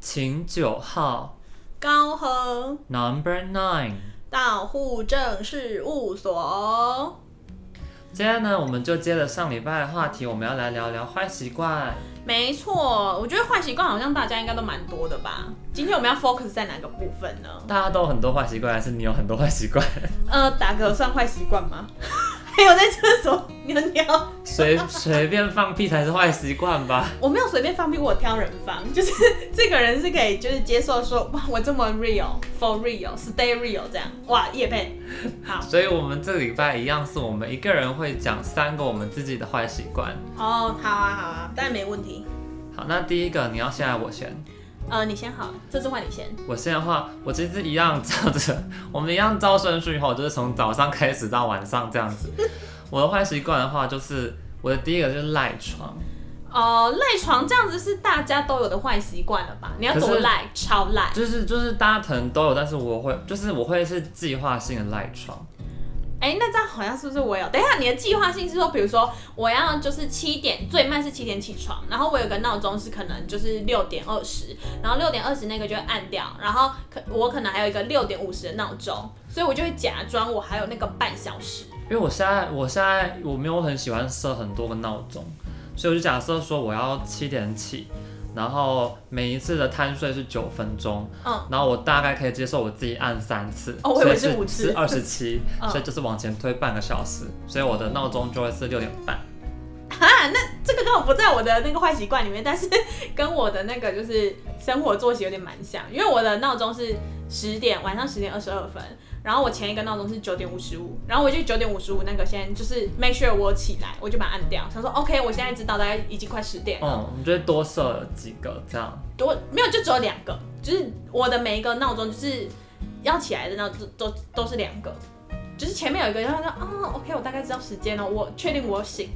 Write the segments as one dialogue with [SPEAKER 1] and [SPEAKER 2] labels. [SPEAKER 1] 请九号
[SPEAKER 2] 高和
[SPEAKER 1] Number Nine。
[SPEAKER 2] 到户政事务所。
[SPEAKER 1] 接下来呢，我们就接着上礼拜的话题，我们要来聊聊坏习惯。
[SPEAKER 2] 没错，我觉得坏习惯好像大家应该都蛮多的吧。今天我们要 focus 在哪个部分呢？
[SPEAKER 1] 大家都有很多坏习惯，还是你有很多坏习惯？
[SPEAKER 2] 呃，打嗝算坏习惯吗？ 还有在厕所尿尿，
[SPEAKER 1] 随随便放屁才是坏习惯吧？
[SPEAKER 2] 我没有随便放屁，我挑人放， 就是这个人是可以就是接受说哇，我这么 real，for real，stay real 这样，哇，叶佩，好，
[SPEAKER 1] 所以我们这礼拜一样是我们一个人会讲三个我们自己的坏习惯。
[SPEAKER 2] 哦，好啊，好啊，但没问题。
[SPEAKER 1] 好，那第一个你要先还是我先？
[SPEAKER 2] 呃，你先好，这次换你先。
[SPEAKER 1] 我先的话，我其实一样照着，我们一样照顺序后，就是从早上开始到晚上这样子。我的坏习惯的话，就是我的第一个就是赖床，
[SPEAKER 2] 哦，赖床这样子是大家都有的坏习惯了吧？你要
[SPEAKER 1] 可
[SPEAKER 2] 多
[SPEAKER 1] 是
[SPEAKER 2] 赖，超赖。
[SPEAKER 1] 就是就是大家可能都有，但是我会就是我会是计划性的赖床。
[SPEAKER 2] 哎、那这样好像是不是我有？等一下，你的计划性是说，比如说我要就是七点，最慢是七点起床，然后我有个闹钟是可能就是六点二十，然后六点二十那个就会按掉，然后可我可能还有一个六点五十的闹钟，所以我就会假装我还有那个半小时。
[SPEAKER 1] 因为我现在我现在我没有很喜欢设很多个闹钟，所以我就假设说我要七点起，然后每一次的贪睡是九分钟，
[SPEAKER 2] 嗯，
[SPEAKER 1] 然后我大概可以接受我自己按三次，
[SPEAKER 2] 哦我以为是五次
[SPEAKER 1] 是二十七，
[SPEAKER 2] 嗯
[SPEAKER 1] 所以就是往前推半个小时，所以我的闹钟就会是六点半。
[SPEAKER 2] 哈，那这个刚好不在我的那个坏习惯里面，但是 跟我的那个就是生活作息有点蛮像，因为我的闹钟是十点，晚上十点二十二分，然后我前一个闹钟是九点五十五，然后我就九点五十五那个先就是 make sure 我起来，我就把它按掉，想说 OK，我现在知道大概已经快十点了，
[SPEAKER 1] 嗯，我就会多设几个这样。
[SPEAKER 2] 多没有就只有两个，就是我的每一个闹钟就是要起来的闹钟都都是两个，就是前面有一个，然后说啊、OK，我大概知道时间了，我确定我醒，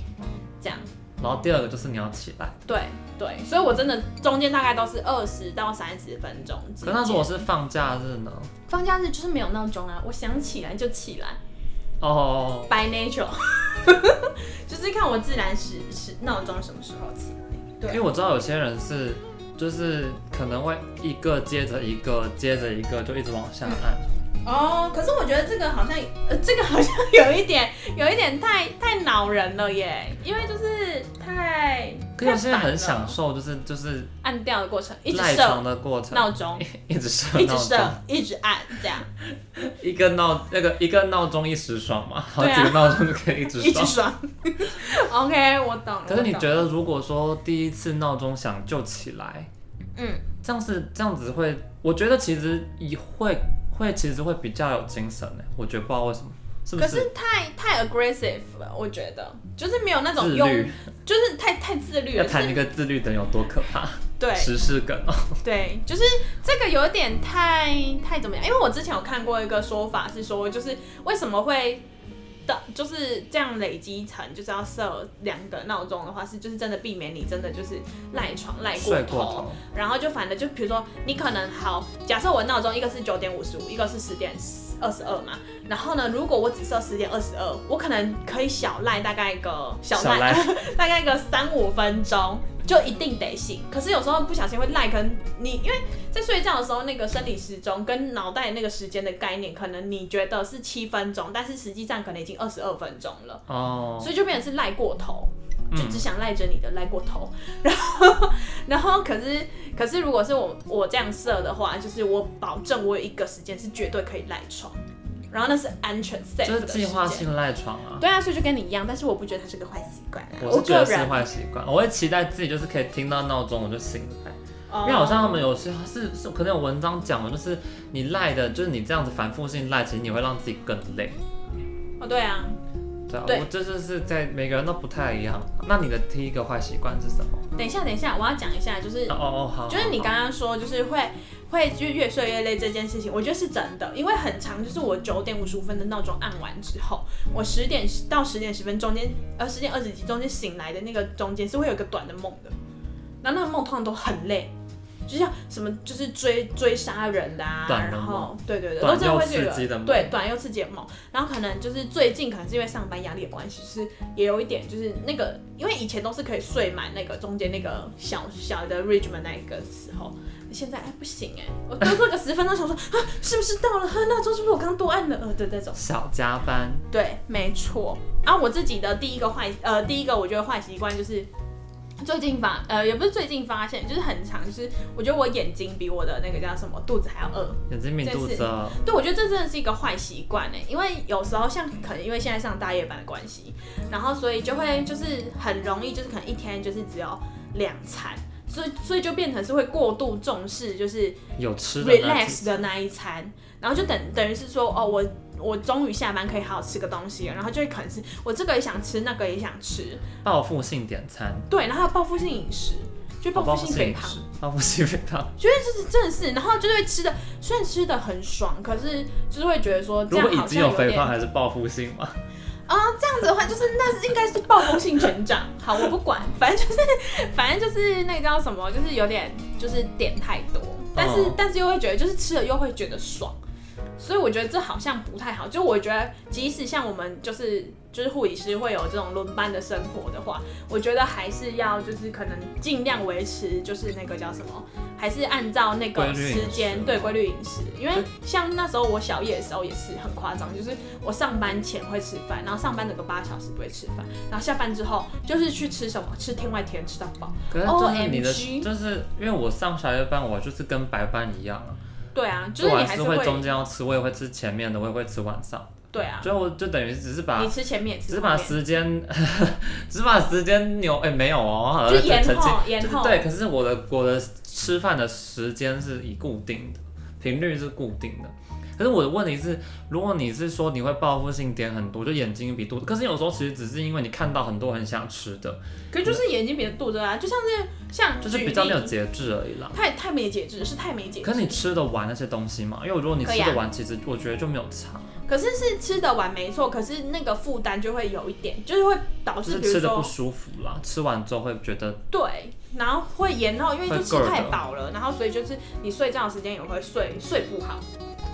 [SPEAKER 2] 这样。
[SPEAKER 1] 然后第二个就是你要起来，
[SPEAKER 2] 对对，所以我真的中间大概都是二十到三十分钟之
[SPEAKER 1] 可
[SPEAKER 2] 间。
[SPEAKER 1] 是那时候我是放假日呢。
[SPEAKER 2] 放假日就是没有闹钟啊，我想起来就起来
[SPEAKER 1] 哦，
[SPEAKER 2] ，by nature，就是看我自然时时闹钟什么时候起来。
[SPEAKER 1] 因为我知道有些人是，就是可能会一个接着一个接着一个就一直往下按。
[SPEAKER 2] 哦，可是我觉得这个好像，呃，这个好像有一点， 有一点太太恼人了耶，因为就是太，
[SPEAKER 1] 可是有些人
[SPEAKER 2] 太烦了
[SPEAKER 1] 很享受，就是就是
[SPEAKER 2] 按掉的过程，嗯一直
[SPEAKER 1] 赖
[SPEAKER 2] 设
[SPEAKER 1] 床的过程，
[SPEAKER 2] 闹钟，
[SPEAKER 1] 一直设
[SPEAKER 2] 一
[SPEAKER 1] 闹
[SPEAKER 2] 直
[SPEAKER 1] 钟，
[SPEAKER 2] 设，一直按这样，
[SPEAKER 1] 一个闹那个一个闹钟一时爽嘛，好
[SPEAKER 2] 对啊
[SPEAKER 1] 几个闹钟就可以一直
[SPEAKER 2] 一直
[SPEAKER 1] 爽。
[SPEAKER 2] 爽。OK，我 懂了。
[SPEAKER 1] 可是你
[SPEAKER 2] 我懂
[SPEAKER 1] 觉得，如果说第一次闹钟响就起来，
[SPEAKER 2] 嗯。
[SPEAKER 1] 这样是这样子会，我觉得其实也会会其实会比较有精神呢。我觉得不知道为什么，是不
[SPEAKER 2] 可是太太 aggressive 了，我觉得就是没有那种
[SPEAKER 1] 自
[SPEAKER 2] 用，
[SPEAKER 1] 律？
[SPEAKER 2] 就是太太自律
[SPEAKER 1] 要
[SPEAKER 2] 了，
[SPEAKER 1] 谈一
[SPEAKER 2] 是
[SPEAKER 1] 个自律的人有多可怕？
[SPEAKER 2] 对
[SPEAKER 1] 时事梗哦。
[SPEAKER 2] 对，就是这个有点太太怎么样？因为我之前有看过一个说法是说，就是为什么会的，就是这样累积成，就是要设两个闹钟的话，是就是真的避免你真的就是赖床赖
[SPEAKER 1] 睡
[SPEAKER 2] 头，
[SPEAKER 1] 过头，
[SPEAKER 2] 然后就反正就比如说你可能好，假设我闹钟一个是九点五十五，一个是十点二十二嘛，然后呢，如果我只设十点二十二，我可能可以小赖大概一个小
[SPEAKER 1] 小
[SPEAKER 2] 赖
[SPEAKER 1] 赖
[SPEAKER 2] 大概一个三五分钟。就一定得醒，可是有时候不小心会赖，跟你因为在睡觉的时候，那个生理时钟跟脑袋那个时间的概念，可能你觉得是七分钟，但是实际上可能已经二十二分钟了。
[SPEAKER 1] 哦，
[SPEAKER 2] 所以就变成是赖过头，
[SPEAKER 1] 嗯
[SPEAKER 2] 就只想赖着你的赖过头。 然后，然后可是可是如果是我我这样设的话，就是我保证我有一个时间是绝对可以赖床，然后那是安全 safe
[SPEAKER 1] 就是
[SPEAKER 2] 的时
[SPEAKER 1] 计划
[SPEAKER 2] 间。
[SPEAKER 1] 性赖床啊。
[SPEAKER 2] 对啊，所以就跟你一样，但是我不觉得它是个坏习惯啊。
[SPEAKER 1] 我是觉
[SPEAKER 2] 个
[SPEAKER 1] 得是
[SPEAKER 2] 人，
[SPEAKER 1] 坏习惯，我会期待自己就是可以听到闹钟我就醒来，
[SPEAKER 2] 因
[SPEAKER 1] 因为好像他们有些是是可能有文章讲的，就是你赖的，就是你这样子反复性赖，其实你会让自己更累。
[SPEAKER 2] 哦，对啊，
[SPEAKER 1] 对啊，
[SPEAKER 2] 对
[SPEAKER 1] 我这就是在每个人都不太一样。那你的第一个坏习惯是什么？
[SPEAKER 2] 等一下，等一下，我要讲一下，就是
[SPEAKER 1] 哦哦，好，
[SPEAKER 2] 就是你
[SPEAKER 1] 好
[SPEAKER 2] 刚刚说，就是会会就越睡越累这件事情，我觉得是真的，因为很长，就是我九点五十五分的闹钟按完之后，我十点到十点十分中间，呃，十点二十几中间醒来的那个中间是会有一个短的梦的，然后那个梦通常都很累。就像什么，就是追追杀人的啊，
[SPEAKER 1] 短的
[SPEAKER 2] 然后
[SPEAKER 1] 梦
[SPEAKER 2] 对对对，
[SPEAKER 1] 短
[SPEAKER 2] 都真的
[SPEAKER 1] 又
[SPEAKER 2] 会这
[SPEAKER 1] 刺
[SPEAKER 2] 个
[SPEAKER 1] 激的梦
[SPEAKER 2] 对短又刺激的梦。然后可能就是最近可能是因为上班压力的关系，就是也有一点就是那个，因为以前都是可以睡满那个中间那个小小的 r i g e m o n 那一个时候，现在哎不行哎，我多做个十分钟，想说啊是不是到了？啊闹钟是不是我刚多按了？呃的这种。
[SPEAKER 1] 小加班，
[SPEAKER 2] 对，没错。啊，我自己的第一个坏呃，第一个我觉得坏习惯就是最近发呃，也不是最近发现，就是很长，就是我觉得我眼睛比我的那个叫什么肚子还要饿。
[SPEAKER 1] 眼睛比肚子饿，
[SPEAKER 2] 对，我觉得这真的是一个坏习惯哎，因为有时候像可能因为现在上大夜班的关系，然后所以就会就是很容易就是可能一天就是只有两餐，所以所以就变成是会过度重视就是
[SPEAKER 1] 有吃的那几
[SPEAKER 2] relax 的那一餐，然后就等等于是说，哦，我我终于下班可以好好吃个东西了，然后就会可能是我这个也想吃，那个也想吃，
[SPEAKER 1] 报复性点餐，
[SPEAKER 2] 对，然后还有报复性饮食，就报复性肥
[SPEAKER 1] 饮
[SPEAKER 2] 胖，
[SPEAKER 1] 食，哦报复性肥胖。
[SPEAKER 2] 觉得这是真的是，然后就会吃的虽然吃的很爽，可是就是会觉得说这
[SPEAKER 1] 如
[SPEAKER 2] 样
[SPEAKER 1] 果
[SPEAKER 2] 好
[SPEAKER 1] 已
[SPEAKER 2] 像
[SPEAKER 1] 经有
[SPEAKER 2] 点
[SPEAKER 1] 肥胖，还是报复性嘛？
[SPEAKER 2] 啊、这样子的话，就是那是应该是报复性成长。好，我不管， 反正就是反正就是那个叫什么，就是有点就是点太多，但是、
[SPEAKER 1] 嗯
[SPEAKER 2] 但是又会觉得就是吃了又会觉得爽，所以我觉得这好像不太好。就我觉得，即使像我们就是就是护理师会有这种轮班的生活的话，我觉得还是要就是可能尽量维持就是那个叫什么，还是按照那
[SPEAKER 1] 规
[SPEAKER 2] 个
[SPEAKER 1] 律饮
[SPEAKER 2] 时间
[SPEAKER 1] 食
[SPEAKER 2] 对规律饮食，因为像那时候我小夜的时候也是很夸张，就是我上班前会吃饭，然后上班整个八小时不会吃饭，然后下班之后就是去吃什么吃天外天吃到饱，
[SPEAKER 1] 可是就是你
[SPEAKER 2] OMG
[SPEAKER 1] 的，就是因为我上小夜班，我就是跟白班一样啊，
[SPEAKER 2] 对啊，就是
[SPEAKER 1] 我
[SPEAKER 2] 你
[SPEAKER 1] 还
[SPEAKER 2] 还
[SPEAKER 1] 是
[SPEAKER 2] 是会
[SPEAKER 1] 中间要吃，我也会吃前面的，我也会吃晚上，
[SPEAKER 2] 对啊，
[SPEAKER 1] 就我就等于只是把
[SPEAKER 2] 你吃前面也
[SPEAKER 1] 只
[SPEAKER 2] 吃
[SPEAKER 1] 是
[SPEAKER 2] 后
[SPEAKER 1] 把
[SPEAKER 2] 面，
[SPEAKER 1] 时间， 只是把时间扭，哎、没有哦，好像
[SPEAKER 2] 就延
[SPEAKER 1] 沉浸
[SPEAKER 2] 后延
[SPEAKER 1] 就是
[SPEAKER 2] 后
[SPEAKER 1] 对，可是我的我的吃饭的时间是以固定的，频率是固定的。可是我的问题是，如果你是说你会报复性点很多，就眼睛比肚子，可是有时候其实只是因为你看到很多很想吃的，
[SPEAKER 2] 可是就是眼睛比较肚子啊，就像是像
[SPEAKER 1] 就是
[SPEAKER 2] 举
[SPEAKER 1] 比较没有
[SPEAKER 2] 例
[SPEAKER 1] 节制而已啦。
[SPEAKER 2] 太太没节制，是太没节制。
[SPEAKER 1] 可是你吃得完那些东西嘛？因为如果你
[SPEAKER 2] 可以
[SPEAKER 1] 吃
[SPEAKER 2] 啊
[SPEAKER 1] 得完，其实我觉得就没有差，
[SPEAKER 2] 可是是吃得完没错，可是那个负担就会有一点，哦就是会导
[SPEAKER 1] 就
[SPEAKER 2] 致
[SPEAKER 1] 是
[SPEAKER 2] 比如
[SPEAKER 1] 吃的不
[SPEAKER 2] 说
[SPEAKER 1] 舒服啦。吃完之后会觉得
[SPEAKER 2] 对，然后会延后，因为就
[SPEAKER 1] 会
[SPEAKER 2] 吃
[SPEAKER 1] 够
[SPEAKER 2] 太
[SPEAKER 1] 的
[SPEAKER 2] 饱了，然后所以就是你睡觉的时间也会睡睡不好，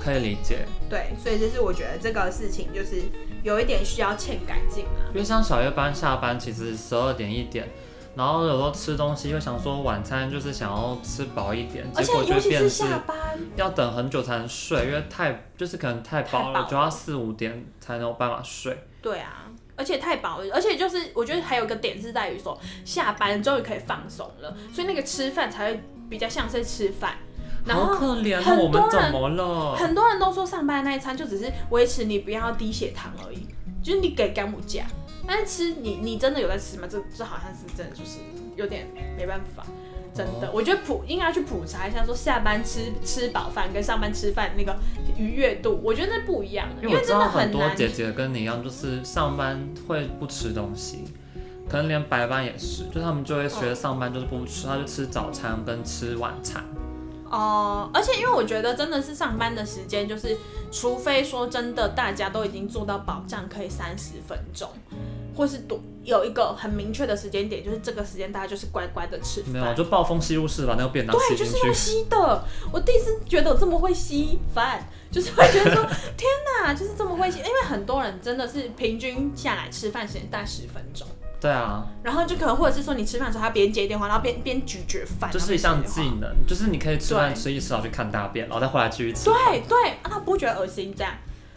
[SPEAKER 1] 可以理解，
[SPEAKER 2] 对，所以就是我觉得这个事情就是有一点需要欠改进啊。
[SPEAKER 1] 因为像小夜班下班，其实十二点一点，然后有时候吃东西又想说晚餐就是想要吃饱一点，
[SPEAKER 2] 而
[SPEAKER 1] 嗯结
[SPEAKER 2] 且
[SPEAKER 1] 果就
[SPEAKER 2] 尤
[SPEAKER 1] 会
[SPEAKER 2] 其
[SPEAKER 1] 变
[SPEAKER 2] 是
[SPEAKER 1] 是
[SPEAKER 2] 下班，
[SPEAKER 1] 要等很久才能睡，因为太就是可能太饱
[SPEAKER 2] 太
[SPEAKER 1] 了，
[SPEAKER 2] 饱
[SPEAKER 1] 就要四五点才能有办法睡。
[SPEAKER 2] 对啊，而且太饱了，而且就是我觉得还有一个点是在于说，下班终于可以放松了，所以那个吃饭才会比较像是吃饭，然
[SPEAKER 1] 好
[SPEAKER 2] 后
[SPEAKER 1] 可怜
[SPEAKER 2] 很
[SPEAKER 1] 哦，
[SPEAKER 2] 多
[SPEAKER 1] 我们怎
[SPEAKER 2] 人
[SPEAKER 1] 么了？
[SPEAKER 2] 很多人都说上班那一餐就只是维持你不要低血糖而已，就是你给干母加，但是吃你你真的有在吃吗？这这好像是真的，就是有点没办法。真
[SPEAKER 1] 哦
[SPEAKER 2] 的，我觉得普应该去普查一下，说下班吃吃饱饭跟上班吃饭那个愉悦度，我觉得那不一样，
[SPEAKER 1] 因
[SPEAKER 2] 因
[SPEAKER 1] 为
[SPEAKER 2] 为
[SPEAKER 1] 我知
[SPEAKER 2] 真
[SPEAKER 1] 道
[SPEAKER 2] 的
[SPEAKER 1] 很
[SPEAKER 2] 很
[SPEAKER 1] 多
[SPEAKER 2] 难。
[SPEAKER 1] 姐姐跟你一样，就是上班会不吃东西，可能连白班也是，就他们就会学上班就是不吃，他就吃早餐跟吃晚餐。
[SPEAKER 2] 哦、而且因为我觉得真的是上班的时间，就是除非说真的大家都已经做到保障可以三十分钟，或是多有一个很明确的时间点，就是这个时间大家就是乖乖的吃
[SPEAKER 1] 没有，啊
[SPEAKER 2] 饭。
[SPEAKER 1] 就暴风吸入式把那个便当吸
[SPEAKER 2] 对，
[SPEAKER 1] 进
[SPEAKER 2] 就是
[SPEAKER 1] 去
[SPEAKER 2] 用。吸的。我第一次觉得我这么会吸饭，就是会觉得说天哪，就是这么会吸，因为很多人真的是平均下来吃饭时间大概十分钟。
[SPEAKER 1] 对啊，
[SPEAKER 2] 然后就可能，或者是说你吃饭的时候，他边接电话，然后边边咀嚼饭，
[SPEAKER 1] 就
[SPEAKER 2] 然后
[SPEAKER 1] 是
[SPEAKER 2] 边
[SPEAKER 1] 一
[SPEAKER 2] 接
[SPEAKER 1] 项
[SPEAKER 2] 电话
[SPEAKER 1] 技能，就是你可以吃饭
[SPEAKER 2] 对
[SPEAKER 1] 吃一吃，然后去看大便，然后再回来继续吃。
[SPEAKER 2] 对对，啊，他不会觉得恶心这样。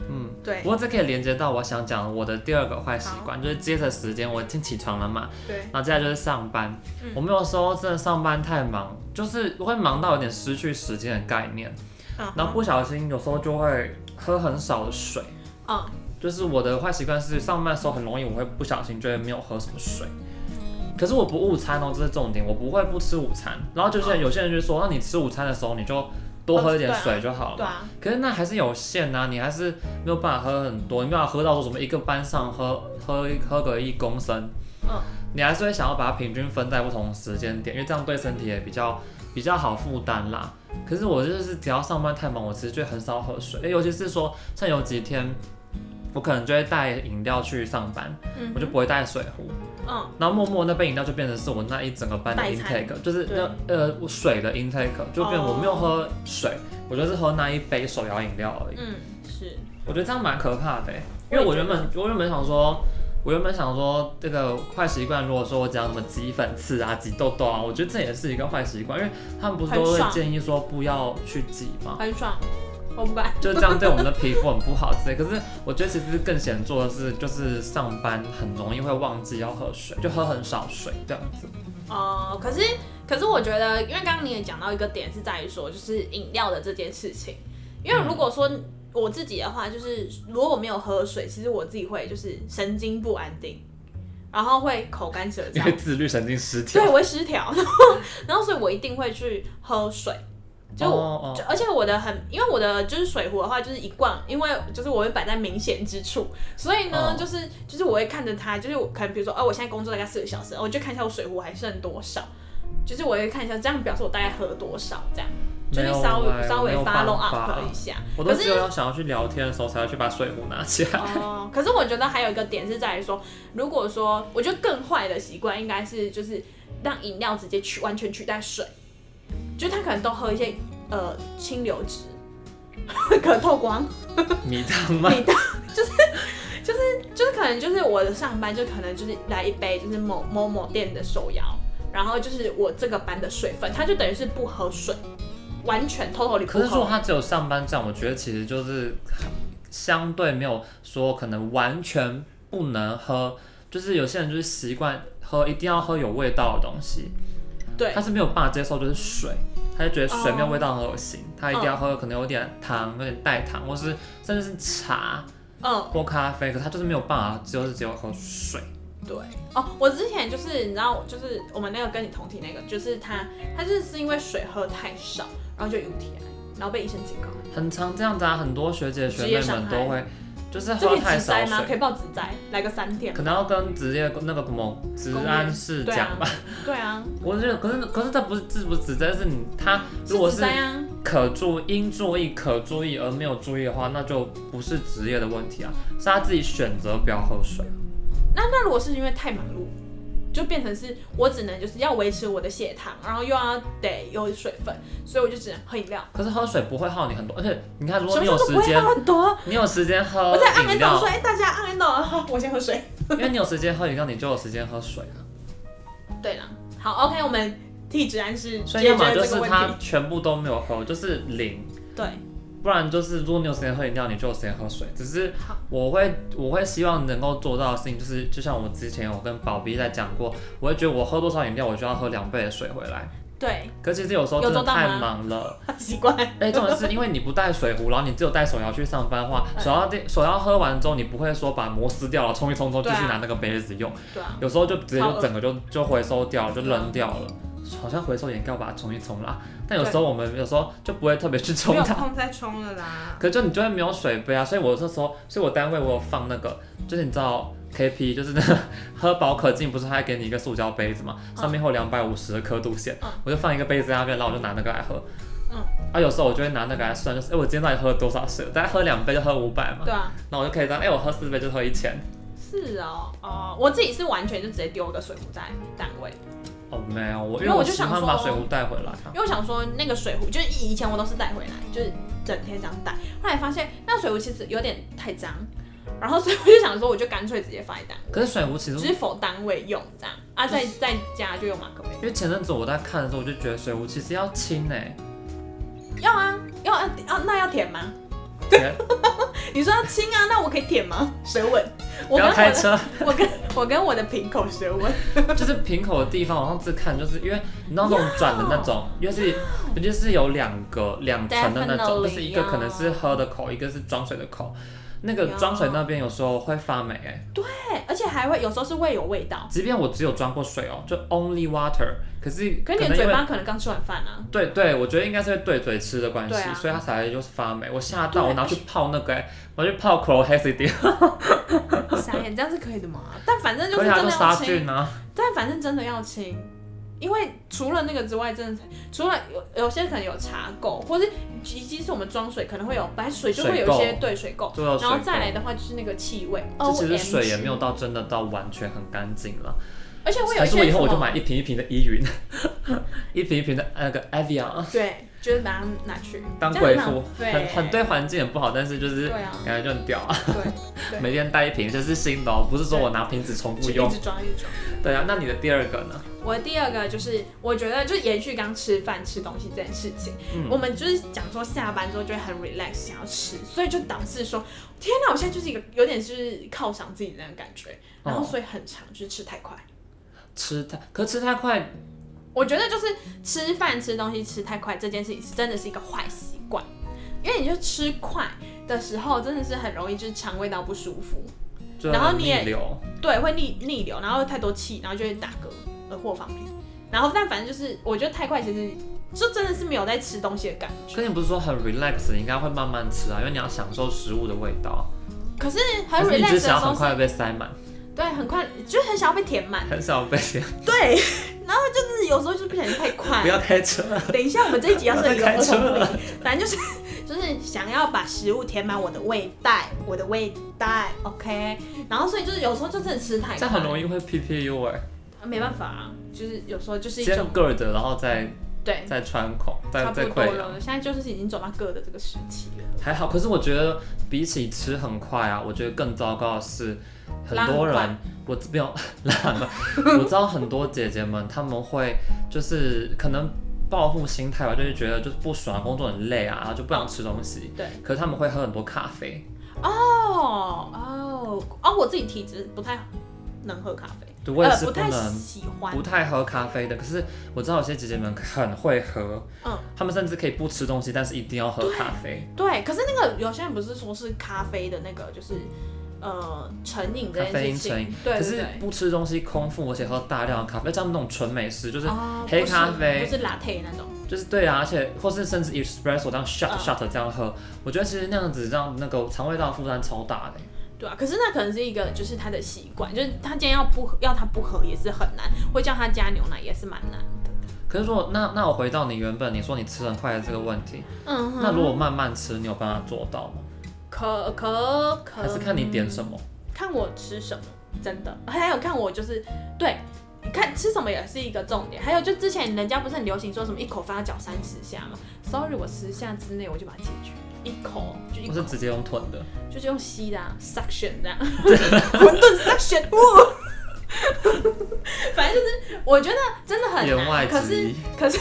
[SPEAKER 1] 嗯，
[SPEAKER 2] 对
[SPEAKER 1] 不过这可以连接到我想讲我的第二个坏习惯，就是接着时间，我已经起床了嘛，
[SPEAKER 2] 对，
[SPEAKER 1] 然后接下来就是上班。
[SPEAKER 2] 嗯
[SPEAKER 1] 我们有时候真的上班太忙，就是会忙到有点失去时间的概念，
[SPEAKER 2] 嗯
[SPEAKER 1] 然后不小心有时候就会喝很少的水。
[SPEAKER 2] 嗯，
[SPEAKER 1] 就是我的坏习惯是上班的时候很容易我会不小心就会没有喝什么水。可是我不误餐哦，这是重点，我不会不吃午餐。然后就是有些人就说，那你吃午餐的时候你就多哦喝一点
[SPEAKER 2] 哦对啊
[SPEAKER 1] 水就好了
[SPEAKER 2] 对。啊，
[SPEAKER 1] 可是那还是有限啊，你还是没有办法喝很多，你没有办法喝到说什么一个班上喝喝喝个一公升，
[SPEAKER 2] 嗯，
[SPEAKER 1] 你还是会想要把它平均分在不同时间点，因为这样对身体也比较比较好负担啦。可是我就是只要上班太忙，我其实就很少喝水，尤其是说像有几天，我可能就会带饮料去上班，
[SPEAKER 2] 嗯
[SPEAKER 1] 我就不会带水壶，
[SPEAKER 2] 嗯，
[SPEAKER 1] 然后默默那杯饮料就变成是我那一整个班的
[SPEAKER 2] 代餐哦
[SPEAKER 1] intake，就是那呃我水的 intake，就变成我没有喝水，我就是喝那一杯手摇饮料而已。
[SPEAKER 2] 嗯，是，
[SPEAKER 1] 我觉得这样蛮可怕的欸，因为我原本我原本想说，我原本想说，这个坏习惯，如果说我讲什么挤粉刺啊、挤痘痘啊，我觉得这也是一个坏习惯，因为他们不是都
[SPEAKER 2] 很
[SPEAKER 1] 会
[SPEAKER 2] 爽
[SPEAKER 1] 建议说不要去挤嘛，
[SPEAKER 2] 很爽，我不管。
[SPEAKER 1] 就这样对我们的皮肤很不好之类。可是我觉得其实更显著的是，就是上班很容易会忘记要喝水，就喝很少水这样子。
[SPEAKER 2] 哦、可是可是我觉得，因为刚刚你也讲到一个点是在于说，就是饮料的这件事情。因为如果说我自己的话，就是如果我没有喝水，其实我自己会就是神经不安定，然后会口干舌
[SPEAKER 1] 因
[SPEAKER 2] 燥
[SPEAKER 1] 为，自律神经失调
[SPEAKER 2] 对，。我会失调，然后然后所以我一定会去喝水。就我
[SPEAKER 1] 哦
[SPEAKER 2] 就而且我的很，因为我的就是水壶的话，就是一罐，因为就是我会摆在明显之处，所以呢，
[SPEAKER 1] 嗯
[SPEAKER 2] 就是就是我会看着它，就是我可能比如说，哦、我现在工作大概四个小时，哦我就看一下我水壶还剩多少，就是我会看一下，这样表示我大概喝多少，这样就是
[SPEAKER 1] 没有
[SPEAKER 2] 稍微
[SPEAKER 1] 欸
[SPEAKER 2] 稍微
[SPEAKER 1] 没有
[SPEAKER 2] follow
[SPEAKER 1] 办法
[SPEAKER 2] up 一下。
[SPEAKER 1] 我都
[SPEAKER 2] 可是
[SPEAKER 1] 只有想要去聊天的时候才会去把水壶拿起来。
[SPEAKER 2] 哦，可是我觉得还有一个点是在于说，如果说我觉得更坏的习惯应该是就是让饮料直接取完全取代水，就是他可能都喝一些呃清流质， 可透光，
[SPEAKER 1] 米汤吗？
[SPEAKER 2] 就是可能就是我的上班就可能就是来一杯就是某某某店的手摇，然后就是我这个班的水分，他就等于是不喝水，完全 totally 不
[SPEAKER 1] 可是如果
[SPEAKER 2] 喝。
[SPEAKER 1] 他只有上班这样，我觉得其实就是相对没有说可能完全不能喝，就是有些人就是习惯喝，一定要喝有味道的东西，
[SPEAKER 2] 对
[SPEAKER 1] 他是没有办法接受就是水，他就觉得水
[SPEAKER 2] 哦
[SPEAKER 1] 没有味道很恶心，他一定要喝可能有点糖、有点代糖，或是甚至是茶
[SPEAKER 2] 嗯，
[SPEAKER 1] 或咖啡，可是他就是没有办法，就是只有喝水。
[SPEAKER 2] 对哦，我之前就是你知道，就是我们那个跟你同体那个，就是他，他就是是因为水喝太少，然后就 UTI，然后被医生警告。
[SPEAKER 1] 很常这样子啊，很多学姐学
[SPEAKER 2] 职业
[SPEAKER 1] 妹
[SPEAKER 2] 伤
[SPEAKER 1] 们
[SPEAKER 2] 害
[SPEAKER 1] 都会，就是
[SPEAKER 2] 这可
[SPEAKER 1] 喝
[SPEAKER 2] 以
[SPEAKER 1] 太
[SPEAKER 2] 直
[SPEAKER 1] 少
[SPEAKER 2] 灾吗？
[SPEAKER 1] 水
[SPEAKER 2] 可，以啊报直灾，来个三天。
[SPEAKER 1] 可能要跟职业那个什么治安室
[SPEAKER 2] 对
[SPEAKER 1] 讲
[SPEAKER 2] 啊
[SPEAKER 1] 吧。，
[SPEAKER 2] 对啊，
[SPEAKER 1] 我觉得，可是可是这不是这不是指责，是你他如果
[SPEAKER 2] 是直
[SPEAKER 1] 是
[SPEAKER 2] 灾啊。
[SPEAKER 1] 可注应注意可注意而没有注意的话，那就不是职业的问题啊，是他自己选择不要喝水。
[SPEAKER 2] 那那如果是因为太忙碌，就变成是我只能就是要维持我的血糖，然后又要得有水分，所以我就只能喝饮料。
[SPEAKER 1] 可是喝水不会耗你很多，而且你看，如果
[SPEAKER 2] 什么
[SPEAKER 1] 你
[SPEAKER 2] 时
[SPEAKER 1] 有
[SPEAKER 2] 候都
[SPEAKER 1] 时
[SPEAKER 2] 不会
[SPEAKER 1] 间，
[SPEAKER 2] 喝很多。
[SPEAKER 1] 你有时间喝
[SPEAKER 2] 我在按
[SPEAKER 1] 饮
[SPEAKER 2] 按到
[SPEAKER 1] 料
[SPEAKER 2] 说，，哎、大家按按到， 我先喝水。
[SPEAKER 1] 因为你有时间喝饮料，你就有时间喝水 啊。
[SPEAKER 2] 对了，好，OK，我们替治安是
[SPEAKER 1] 所
[SPEAKER 2] 解
[SPEAKER 1] 以要
[SPEAKER 2] 决
[SPEAKER 1] 么
[SPEAKER 2] 了
[SPEAKER 1] 就
[SPEAKER 2] 这
[SPEAKER 1] 是
[SPEAKER 2] 个问
[SPEAKER 1] 他
[SPEAKER 2] 题。
[SPEAKER 1] 全部都没有喝，就是零。
[SPEAKER 2] 对，
[SPEAKER 1] 不然就是，如果你有时间喝饮料，你就有时间喝水。只是
[SPEAKER 2] 好
[SPEAKER 1] 我会，我会希望能够做到的事情，就是就像我之前我跟宝 B 在讲过，我会觉得我喝多少饮料，我就要喝两倍的水回来。
[SPEAKER 2] 对，
[SPEAKER 1] 可其实有时候
[SPEAKER 2] 有
[SPEAKER 1] 真
[SPEAKER 2] 做
[SPEAKER 1] 的
[SPEAKER 2] 到
[SPEAKER 1] 太
[SPEAKER 2] 吗
[SPEAKER 1] 忙了，
[SPEAKER 2] 习惯。
[SPEAKER 1] 哎，重点是因为你不带水壶，然后你只有带手摇去上班的 话，手摇店手摇喝完之后，你不会说把膜撕掉了，冲一冲之后继
[SPEAKER 2] 对啊
[SPEAKER 1] 续拿那个杯子用，
[SPEAKER 2] 对啊，
[SPEAKER 1] 有时候就直接
[SPEAKER 2] 超恶
[SPEAKER 1] 就整个就就回收掉了，就
[SPEAKER 2] 嗯
[SPEAKER 1] 扔掉了。好像回收也应该要把它冲一冲啦，但有时候我们有时候就不会特别去冲
[SPEAKER 3] 没有
[SPEAKER 1] 它。
[SPEAKER 3] 空再冲了啦。
[SPEAKER 1] 可就你就会没有水杯啊，所以我这时候，所以我单位我有放那个，就是你知道 KP，就是那个 喝宝可净，不是它会给你一个塑胶杯子嘛，上面会有两百五十的刻度线，
[SPEAKER 2] 嗯
[SPEAKER 1] 我就放一个杯子在那边，然后我就拿那个来喝。
[SPEAKER 2] 嗯
[SPEAKER 1] 啊，有时候我就会拿那个来算，就是哎、我今天到底喝了多少水？我大概喝两杯就喝五百嘛
[SPEAKER 2] 对，啊，
[SPEAKER 1] 那我就可以这样，哎、我喝四杯就喝一千。
[SPEAKER 2] 是哦，哦，我自己是完全就直接丢个水壶在单位，
[SPEAKER 1] 哦，没有，我
[SPEAKER 2] 因为
[SPEAKER 1] 我
[SPEAKER 2] 我就
[SPEAKER 1] 喜欢
[SPEAKER 2] 想
[SPEAKER 1] 把
[SPEAKER 2] 说
[SPEAKER 1] 水壶带回来啊。
[SPEAKER 2] 因为我想说那个水壶，就是以前我都是带回来，就是整天这样带，后来发现那水壶其实有点太脏，然后所以我就想说，我就干脆直接放在单
[SPEAKER 1] 可是水壶其
[SPEAKER 2] 位，
[SPEAKER 1] 实
[SPEAKER 2] 只是否单位用这样啊，在在家就用马克杯。
[SPEAKER 1] 因为前阵子我在看的时候，我就觉得水壶其实要轻 哎、
[SPEAKER 2] 要啊，要啊，要那要舔吗？
[SPEAKER 1] 欸，
[SPEAKER 2] 你说要亲啊，那我可以舔吗？舌吻，
[SPEAKER 1] 不
[SPEAKER 2] 我跟
[SPEAKER 1] 要
[SPEAKER 2] 我
[SPEAKER 1] 开
[SPEAKER 2] 的，
[SPEAKER 1] 车。
[SPEAKER 2] 我跟我跟我的瓶口舌吻。
[SPEAKER 1] 就是瓶口的地方，我上次看，就是因为你知道那种转的那 种，尤其尤其是有两个两层的那种，
[SPEAKER 2] Definitely
[SPEAKER 1] 就是一个可能是喝的口，一个是装水的口。那个装水那边有时候会发霉、欸，
[SPEAKER 2] 对，哎而且还会有时候是会有味道，
[SPEAKER 1] 即便我只有装过水哦、就 only water，可是
[SPEAKER 2] 可
[SPEAKER 1] 可能
[SPEAKER 2] 是你的嘴
[SPEAKER 1] 因为
[SPEAKER 2] 巴可能刚吃完饭 啊。
[SPEAKER 1] 对对，我觉得应该是对嘴吃的关系，
[SPEAKER 2] 对啊
[SPEAKER 1] 所以它才就是发霉。我吓到，
[SPEAKER 2] 对
[SPEAKER 1] 我拿去泡那 个、欸，我拿去泡 chlorhexidine，
[SPEAKER 2] 傻眼，这样是可以的吗？但反正就是
[SPEAKER 1] 而且它
[SPEAKER 2] 真的
[SPEAKER 1] 就
[SPEAKER 2] 要
[SPEAKER 1] 杀
[SPEAKER 2] 清，
[SPEAKER 1] 菌啊。
[SPEAKER 2] 但反正真的要清，因为除了那个之外，真的除了有有些可能有茶垢，或是以及是我们装水可能会有，本来水就会有一
[SPEAKER 1] 水
[SPEAKER 2] 些
[SPEAKER 1] 垢
[SPEAKER 2] 对水垢，
[SPEAKER 1] 就要水
[SPEAKER 2] 然后再
[SPEAKER 1] 垢
[SPEAKER 2] 来的话就是那个气味。哦
[SPEAKER 1] 这其实水也
[SPEAKER 2] OMG
[SPEAKER 1] 没有到真的到完全很干净了，
[SPEAKER 2] 而且会有
[SPEAKER 1] 还
[SPEAKER 2] 一
[SPEAKER 1] 是我
[SPEAKER 2] 些
[SPEAKER 1] 以
[SPEAKER 2] 什
[SPEAKER 1] 后我就
[SPEAKER 2] 么
[SPEAKER 1] 买一瓶一瓶的依云， 一瓶一瓶的那个 Evian
[SPEAKER 2] 对，就是把它拿去
[SPEAKER 1] 当
[SPEAKER 2] 这样
[SPEAKER 1] 贵
[SPEAKER 2] 很
[SPEAKER 1] 妇，
[SPEAKER 2] 浪
[SPEAKER 1] 很
[SPEAKER 2] 费
[SPEAKER 1] 很对环境也不好，但是就是
[SPEAKER 2] 对啊
[SPEAKER 1] 感觉就很屌啊！
[SPEAKER 2] 对，对
[SPEAKER 1] 每天带一瓶，这是新的哦，不是说我拿瓶子重复
[SPEAKER 2] 就一
[SPEAKER 1] 用。
[SPEAKER 2] 直装一直装。
[SPEAKER 1] 对啊，那你的第二个呢？
[SPEAKER 2] 我第二个就是，我觉得就是延续刚吃饭吃东西这件事情，
[SPEAKER 1] 嗯
[SPEAKER 2] 我们就是讲说下班之后就会很 relax 想要吃，所以就导致说，天哪，我现在就是一个有点就是犒赏自己的那种感觉，然后
[SPEAKER 1] 哦，
[SPEAKER 2] 所以很常就是吃太快。
[SPEAKER 1] 吃太，可是吃太快，
[SPEAKER 2] 我觉得就是吃饭吃东西吃太快这件事情是真的是一个坏习惯，因为你就吃快的时候真的是很容易就是肠胃道不舒服，
[SPEAKER 1] 就
[SPEAKER 2] 然后你也
[SPEAKER 1] 逆流，
[SPEAKER 2] 对，会逆逆流，然后太多气，然后就会打嗝、呃或放屁，然后但反正就是我觉得太快其实就真的是没有在吃东西的感觉，
[SPEAKER 1] 可你不是说很 relax，你应该会慢慢吃啊，因为你要享受食物的味道。
[SPEAKER 2] 可是很
[SPEAKER 1] 可是你
[SPEAKER 2] relax
[SPEAKER 1] 只
[SPEAKER 2] 的
[SPEAKER 1] 是
[SPEAKER 2] 时
[SPEAKER 1] 想要
[SPEAKER 2] 候
[SPEAKER 1] 很快
[SPEAKER 2] 是，
[SPEAKER 1] 被塞满，
[SPEAKER 2] 对，很快就很想要被填满，
[SPEAKER 1] 很少被 塞，
[SPEAKER 2] 对，然后就是有时候就不小心太快
[SPEAKER 1] 不，要开车。
[SPEAKER 2] 等一下，我们这一集要是有儿童
[SPEAKER 1] 不要再开车
[SPEAKER 2] 不宜，反正就是就是想要把食物填满我的胃袋，我的胃袋，OK。然后所以就是有时候就真的吃太
[SPEAKER 1] 这
[SPEAKER 2] 快，
[SPEAKER 1] 样很容易会 PPU 哎、
[SPEAKER 2] 没办法啊，就是有时候就是一
[SPEAKER 1] 先
[SPEAKER 2] 种
[SPEAKER 1] gird，然后再
[SPEAKER 2] 对，
[SPEAKER 1] 再穿孔，
[SPEAKER 2] 差
[SPEAKER 1] 再
[SPEAKER 2] 不
[SPEAKER 1] 再
[SPEAKER 2] 多
[SPEAKER 1] 溃疡。
[SPEAKER 2] 了。现在就是已经走到个的这个时期了，
[SPEAKER 1] 还好，可是我觉得比起吃很快啊，我觉得更糟糕的是，很
[SPEAKER 2] 拉很
[SPEAKER 1] 多
[SPEAKER 2] 快
[SPEAKER 1] 人我没有 拉很快，我知道很多姐姐们她们会就是可能报复心态吧，就是觉得就是不爽，工作很累啊，然后就不想吃东西。
[SPEAKER 2] 哦对。
[SPEAKER 1] 可是他们会喝很多咖啡，
[SPEAKER 2] 哦哦哦，我自己体质不太能喝咖啡，
[SPEAKER 1] 对我也
[SPEAKER 2] 呃
[SPEAKER 1] 是
[SPEAKER 2] 不
[SPEAKER 1] 不
[SPEAKER 2] 太
[SPEAKER 1] 能。
[SPEAKER 2] 喜欢
[SPEAKER 1] 不，太喝咖啡的，可是我知道有些姐姐们很会喝，
[SPEAKER 2] 嗯，
[SPEAKER 1] 她们甚至可以不吃东西，但是一定要喝咖啡。
[SPEAKER 2] 对。可是那个有些人不是说是咖啡的那个就是。呃，成瘾这
[SPEAKER 1] 咖啡
[SPEAKER 2] 件
[SPEAKER 1] 因
[SPEAKER 2] 事
[SPEAKER 1] 成
[SPEAKER 2] 情
[SPEAKER 1] 瘾，
[SPEAKER 2] 对
[SPEAKER 1] 可
[SPEAKER 2] 对
[SPEAKER 1] 是
[SPEAKER 2] 对，
[SPEAKER 1] 不吃东西空腹，而且喝大量的咖啡，而且他们那种纯美式，就是
[SPEAKER 2] 哦
[SPEAKER 1] 黑
[SPEAKER 2] 不是
[SPEAKER 1] 咖啡
[SPEAKER 2] 不是 latte 那种，
[SPEAKER 1] 就是对啊，而且或是甚至 espresso 这样 shot
[SPEAKER 2] 嗯
[SPEAKER 1] shot 这样喝，我觉得其实那样子让那个肠胃道负担超大的、
[SPEAKER 2] 对啊。可是那可能是一个就是他的习惯，就是他今天要不喝要他不喝也是很难，会叫他加牛奶也是蛮难的。
[SPEAKER 1] 可是如果那那我回到你原本你说你吃很快的这个问题，
[SPEAKER 2] 嗯哼，
[SPEAKER 1] 那如果慢慢吃，你有办法做到吗？
[SPEAKER 2] 可可可
[SPEAKER 1] 还是看你点什么？
[SPEAKER 2] 看我吃什么，真的，还有看我就是对。看吃什么也是一个重点，还有就之前人家不是很流行说什么一口饭要嚼三十下吗？Sorry，我十下之内我就把它解决，一口就一
[SPEAKER 1] 我是
[SPEAKER 2] 口，
[SPEAKER 1] 直接用吞的，
[SPEAKER 2] 就是用吸的、啊、suction 这样，馄饨 suction，呜，反正就是我觉得真的很
[SPEAKER 1] 言外
[SPEAKER 2] 难，可
[SPEAKER 1] 之
[SPEAKER 2] 是
[SPEAKER 1] 意
[SPEAKER 2] 可是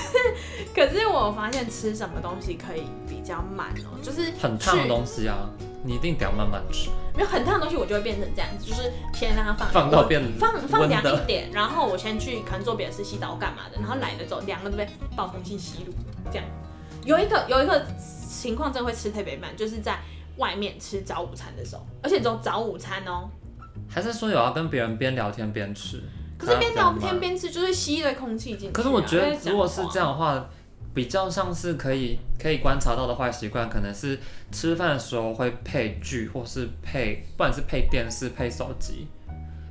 [SPEAKER 2] 可是我发现吃什么东西可以比较慢哦、就是
[SPEAKER 1] 很烫的
[SPEAKER 2] 去
[SPEAKER 1] 东西啊，你一定得要慢慢吃，
[SPEAKER 2] 没有很烫的东西，我就会变成这样子，就是先让它放
[SPEAKER 1] 放到变
[SPEAKER 2] 放放
[SPEAKER 1] 温
[SPEAKER 2] 凉
[SPEAKER 1] 的
[SPEAKER 2] 一点，然后我先去可能做别的事，洗澡干嘛的，然后来了之后凉了就被暴风性吸入，这样。有一个有一个情况真的会吃特别慢，就是在外面吃早午餐的时候，而且只有早午餐哦、
[SPEAKER 1] 还是说有要跟别人边聊天边吃？
[SPEAKER 2] 可是边聊天
[SPEAKER 1] 边。
[SPEAKER 2] 边吃，就是吸了空气进去啊、哎
[SPEAKER 1] 可是我觉得
[SPEAKER 2] 在，讲
[SPEAKER 1] 如果是
[SPEAKER 2] 话
[SPEAKER 1] 这样的话，比较像是可以可以观察到的坏习惯，可能是吃饭的时候会配剧，或是配，不管是配电视、配手机。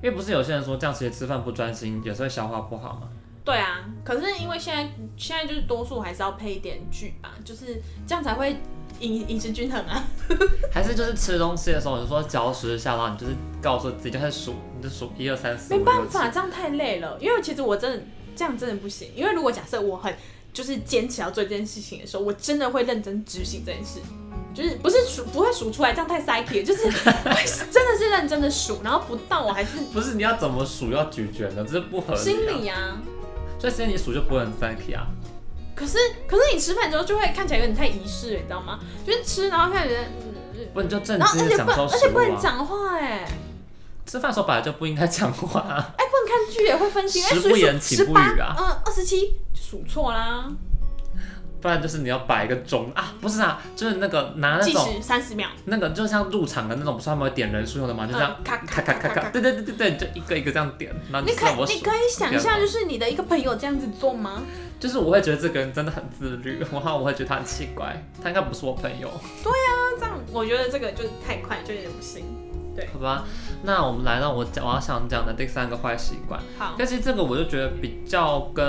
[SPEAKER 1] 因为不是有些人说这样其实吃饭不专心，有时候消化不好嘛。
[SPEAKER 2] 对啊，可是因为现在现在就是多数还是要配一点剧吧，就是这样才会饮饮食均衡啊。
[SPEAKER 1] 还是就是吃东西的时候，你说嚼十下，然后你就是告诉自己就开始数，你就数一二三四五
[SPEAKER 2] 没
[SPEAKER 1] 六
[SPEAKER 2] 办
[SPEAKER 1] 七。
[SPEAKER 2] 法，这样太累了。因为其实我真的这样真的不行。因为如果假设我很就是坚持要做这件事情的时候，我真的会认真执行这件事，就是不是数不会数出来，这样太 psyche，了就是会真的嗯是认真的数，然后不到我还是
[SPEAKER 1] 不是你要怎么数要咀嚼呢？这是不合理、啊。
[SPEAKER 2] 心，里啊。
[SPEAKER 1] 所以心里数就不会很 psyche 啊。
[SPEAKER 2] 可是可是你吃饭之后就会看起来有点太仪式了，你知道吗？就是吃然后看起来，嗯
[SPEAKER 1] 不然你就正
[SPEAKER 2] 然后
[SPEAKER 1] 经
[SPEAKER 2] 而
[SPEAKER 1] 的
[SPEAKER 2] 且不
[SPEAKER 1] 享受
[SPEAKER 2] 而
[SPEAKER 1] 食
[SPEAKER 2] 且不
[SPEAKER 1] 物
[SPEAKER 2] 能
[SPEAKER 1] 啊。
[SPEAKER 2] 讲话哎、
[SPEAKER 1] 吃饭的时候本来就不应该讲话、啊。
[SPEAKER 2] 哎、不能看剧也会分心，哎、
[SPEAKER 1] 食
[SPEAKER 2] 数
[SPEAKER 1] 不言
[SPEAKER 2] 数
[SPEAKER 1] 寝不语
[SPEAKER 2] 18
[SPEAKER 1] 啊
[SPEAKER 2] 嗯，二十七就数错啦，
[SPEAKER 1] 不然就是你要摆一个钟啊，不是啊，就是那个拿那
[SPEAKER 2] 嗯计
[SPEAKER 1] 种
[SPEAKER 2] 时三十秒，
[SPEAKER 1] 那个，就像入场的那种，不是他们会点人数用的吗？就这样
[SPEAKER 2] 嗯，咔
[SPEAKER 1] 咔
[SPEAKER 2] 咔
[SPEAKER 1] 咔
[SPEAKER 2] 咔
[SPEAKER 1] 咔
[SPEAKER 2] 咔
[SPEAKER 1] 咔，
[SPEAKER 2] 咔。
[SPEAKER 1] 对对对对对，你就一个一个这样点，然后
[SPEAKER 2] 你
[SPEAKER 1] 就知
[SPEAKER 2] 可以
[SPEAKER 1] 道我
[SPEAKER 2] 你
[SPEAKER 1] 数。
[SPEAKER 2] 可以想象，就是你的一个朋友这样子做吗？
[SPEAKER 1] 就是我会觉得这个人真的很自律，然后我会觉得他很奇怪，他应该不是我朋友，
[SPEAKER 2] 那这样，我觉得这个就是太快，就有点不行。
[SPEAKER 1] 好吧？那我们来到我讲我要想讲的第三个坏习惯，
[SPEAKER 2] 好，
[SPEAKER 1] 但是这个我就觉得比较跟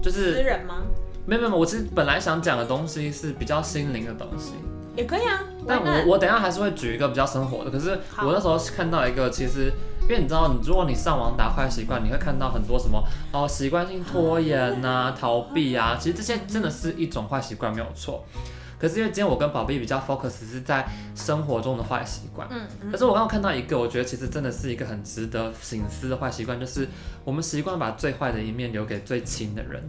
[SPEAKER 1] 就是
[SPEAKER 2] 私人吗？
[SPEAKER 1] 没有没有，我其实本来想讲的东西是比较心灵的东西，
[SPEAKER 2] 也可以啊。
[SPEAKER 1] 但
[SPEAKER 2] why not？
[SPEAKER 1] 我我等一下还是会举一个比较生活的，可是
[SPEAKER 2] 好
[SPEAKER 1] 我那时候看到一个，其实因为你知道，你如果你上网打坏习惯，你会看到很多什么哦，习惯性拖延呐、逃避啊，其实这些真的是一种坏习惯，没有错。可是因为今天我跟宝贝比较 focus 是在生活中的坏习惯，
[SPEAKER 2] 嗯嗯
[SPEAKER 1] 可是我刚刚看到一个，我觉得其实真的是一个很值得醒思的坏习惯，就是我们习惯把最坏的一面留给最亲的人，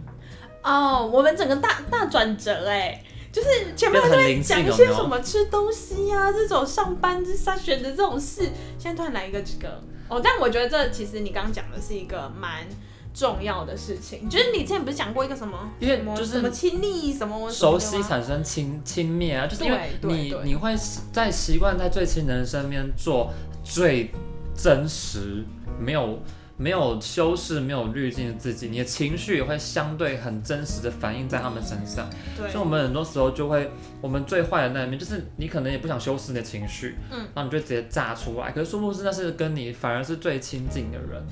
[SPEAKER 2] 哦，我们整个大大转折哎，就是前面
[SPEAKER 1] 变得很灵
[SPEAKER 2] 讲
[SPEAKER 1] 性，
[SPEAKER 2] 一
[SPEAKER 1] 有
[SPEAKER 2] 些
[SPEAKER 1] 没
[SPEAKER 2] 什
[SPEAKER 1] 有？
[SPEAKER 2] 么吃东西呀、这种上班这上学的这种事，现在突然来一个这个哦，但我觉得这其实你刚刚讲的是一个蛮重要的事情，就是你之前不是讲过一个什么，
[SPEAKER 1] 因为
[SPEAKER 2] 什么
[SPEAKER 1] 就是
[SPEAKER 2] 什么亲密什么什
[SPEAKER 1] 熟
[SPEAKER 2] 么的
[SPEAKER 1] 悉
[SPEAKER 2] 吗
[SPEAKER 1] 产生亲亲密啊，就是因为
[SPEAKER 2] 对对
[SPEAKER 1] 你
[SPEAKER 2] 对
[SPEAKER 1] 你会在习惯在最亲的人身边做最真实，没有没有修饰、没有滤镜的自己，你的情绪也会相对很真实的反映在他们身上。
[SPEAKER 2] 对
[SPEAKER 1] 所以我们很多时候就会，我们最坏的那一面就是你可能也不想修饰你的情绪，
[SPEAKER 2] 嗯，
[SPEAKER 1] 那你就直接炸出来。可是殊不知那是跟你反而是最亲近的人，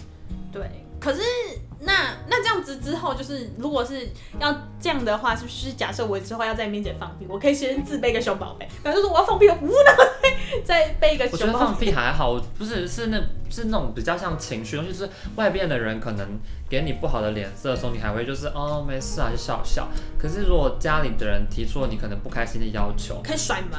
[SPEAKER 2] 对，可是那那这样子之后，就是如果是要这样的话，是不是假设我之后要在你面前放屁，我可以先自备一个熊宝贝，然后就说我要放屁，我呜，然后再再备一个
[SPEAKER 1] 我觉
[SPEAKER 2] 熊
[SPEAKER 1] 得
[SPEAKER 2] 宝
[SPEAKER 1] 放屁还好，不是是那是那种比较像情绪，尤其是外边的人可能给你不好的脸色的时候，你还会就是哦没事啊就笑笑。可是如果家里的人提出了你可能不开心的要求，
[SPEAKER 2] 贝，可以甩门。